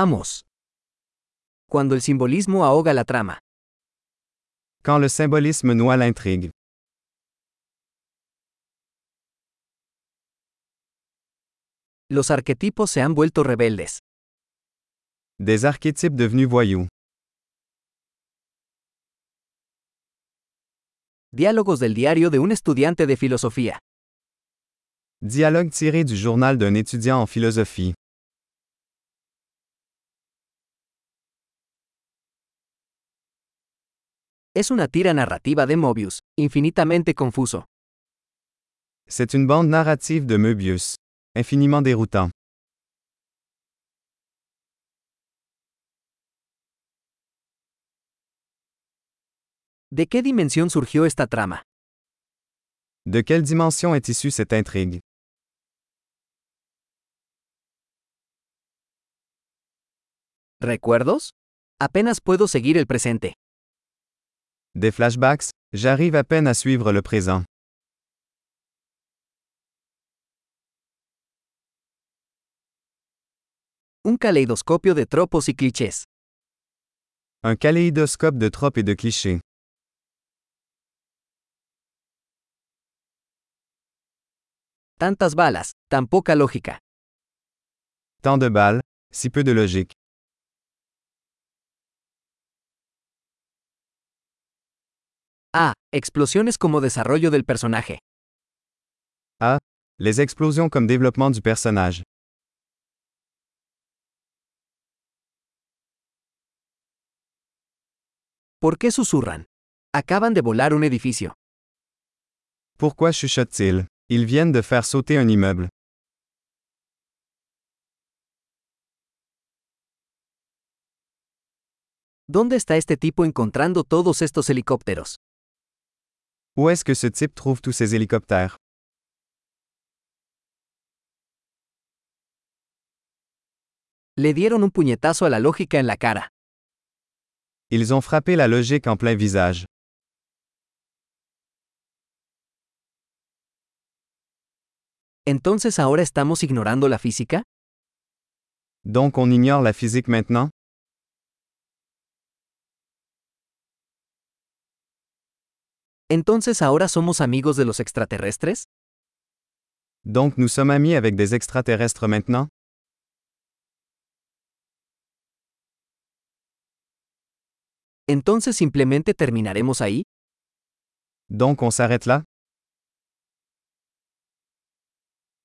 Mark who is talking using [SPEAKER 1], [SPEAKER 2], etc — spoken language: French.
[SPEAKER 1] Vamos. Cuando el simbolismo ahoga la trama.
[SPEAKER 2] Quand le symbolisme noie l'intrigue.
[SPEAKER 1] Los arquetipos se han vuelto rebeldes.
[SPEAKER 2] Des archétypes devenus voyous.
[SPEAKER 1] Diálogos del diario de un estudiante de filosofía.
[SPEAKER 2] Dialogue tiré du journal d'un étudiant en philosophie.
[SPEAKER 1] Es una tira narrativa de Mobius, infinitamente confuso.
[SPEAKER 2] C'est une bande narrative de Möbius. Infiniment déroutant.
[SPEAKER 1] ¿De qué dimensión surgió esta trama?
[SPEAKER 2] De quelle dimension est issue cette intrigue?
[SPEAKER 1] ¿Recuerdos? Apenas puedo seguir el presente.
[SPEAKER 2] Des flashbacks? J'arrive à peine à suivre le présent.
[SPEAKER 1] Un caleidoscopio de tropos y clichés.
[SPEAKER 2] Un kaléidoscope de tropes et de clichés.
[SPEAKER 1] Tantas balas, tan poca lógica.
[SPEAKER 2] Tant de balles, si peu de logique.
[SPEAKER 1] Ah, explosiones como desarrollo del personaje.
[SPEAKER 2] Les explosions comme développement du personnage.
[SPEAKER 1] ¿Por qué susurran? Acaban de volar un edificio.
[SPEAKER 2] Pourquoi chuchotent-ils? Ils viennent de faire sauter un immeuble.
[SPEAKER 1] ¿Dónde está este tipo encontrando todos estos helicópteros?
[SPEAKER 2] Où est-ce que ce type trouve tous ces hélicoptères?
[SPEAKER 1] Le dieron un puñetazo a la lógica en la cara.
[SPEAKER 2] Ils ont frappé la logique en plein visage.
[SPEAKER 1] Entonces ahora estamos ignorando la física?
[SPEAKER 2] Donc on ignore la physique maintenant?
[SPEAKER 1] Entonces ahora somos amigos de los extraterrestres?
[SPEAKER 2] Donc nous sommes amis avec des extraterrestres maintenant?
[SPEAKER 1] Entonces simplemente terminaremos ahí?
[SPEAKER 2] Donc on s'arrête là?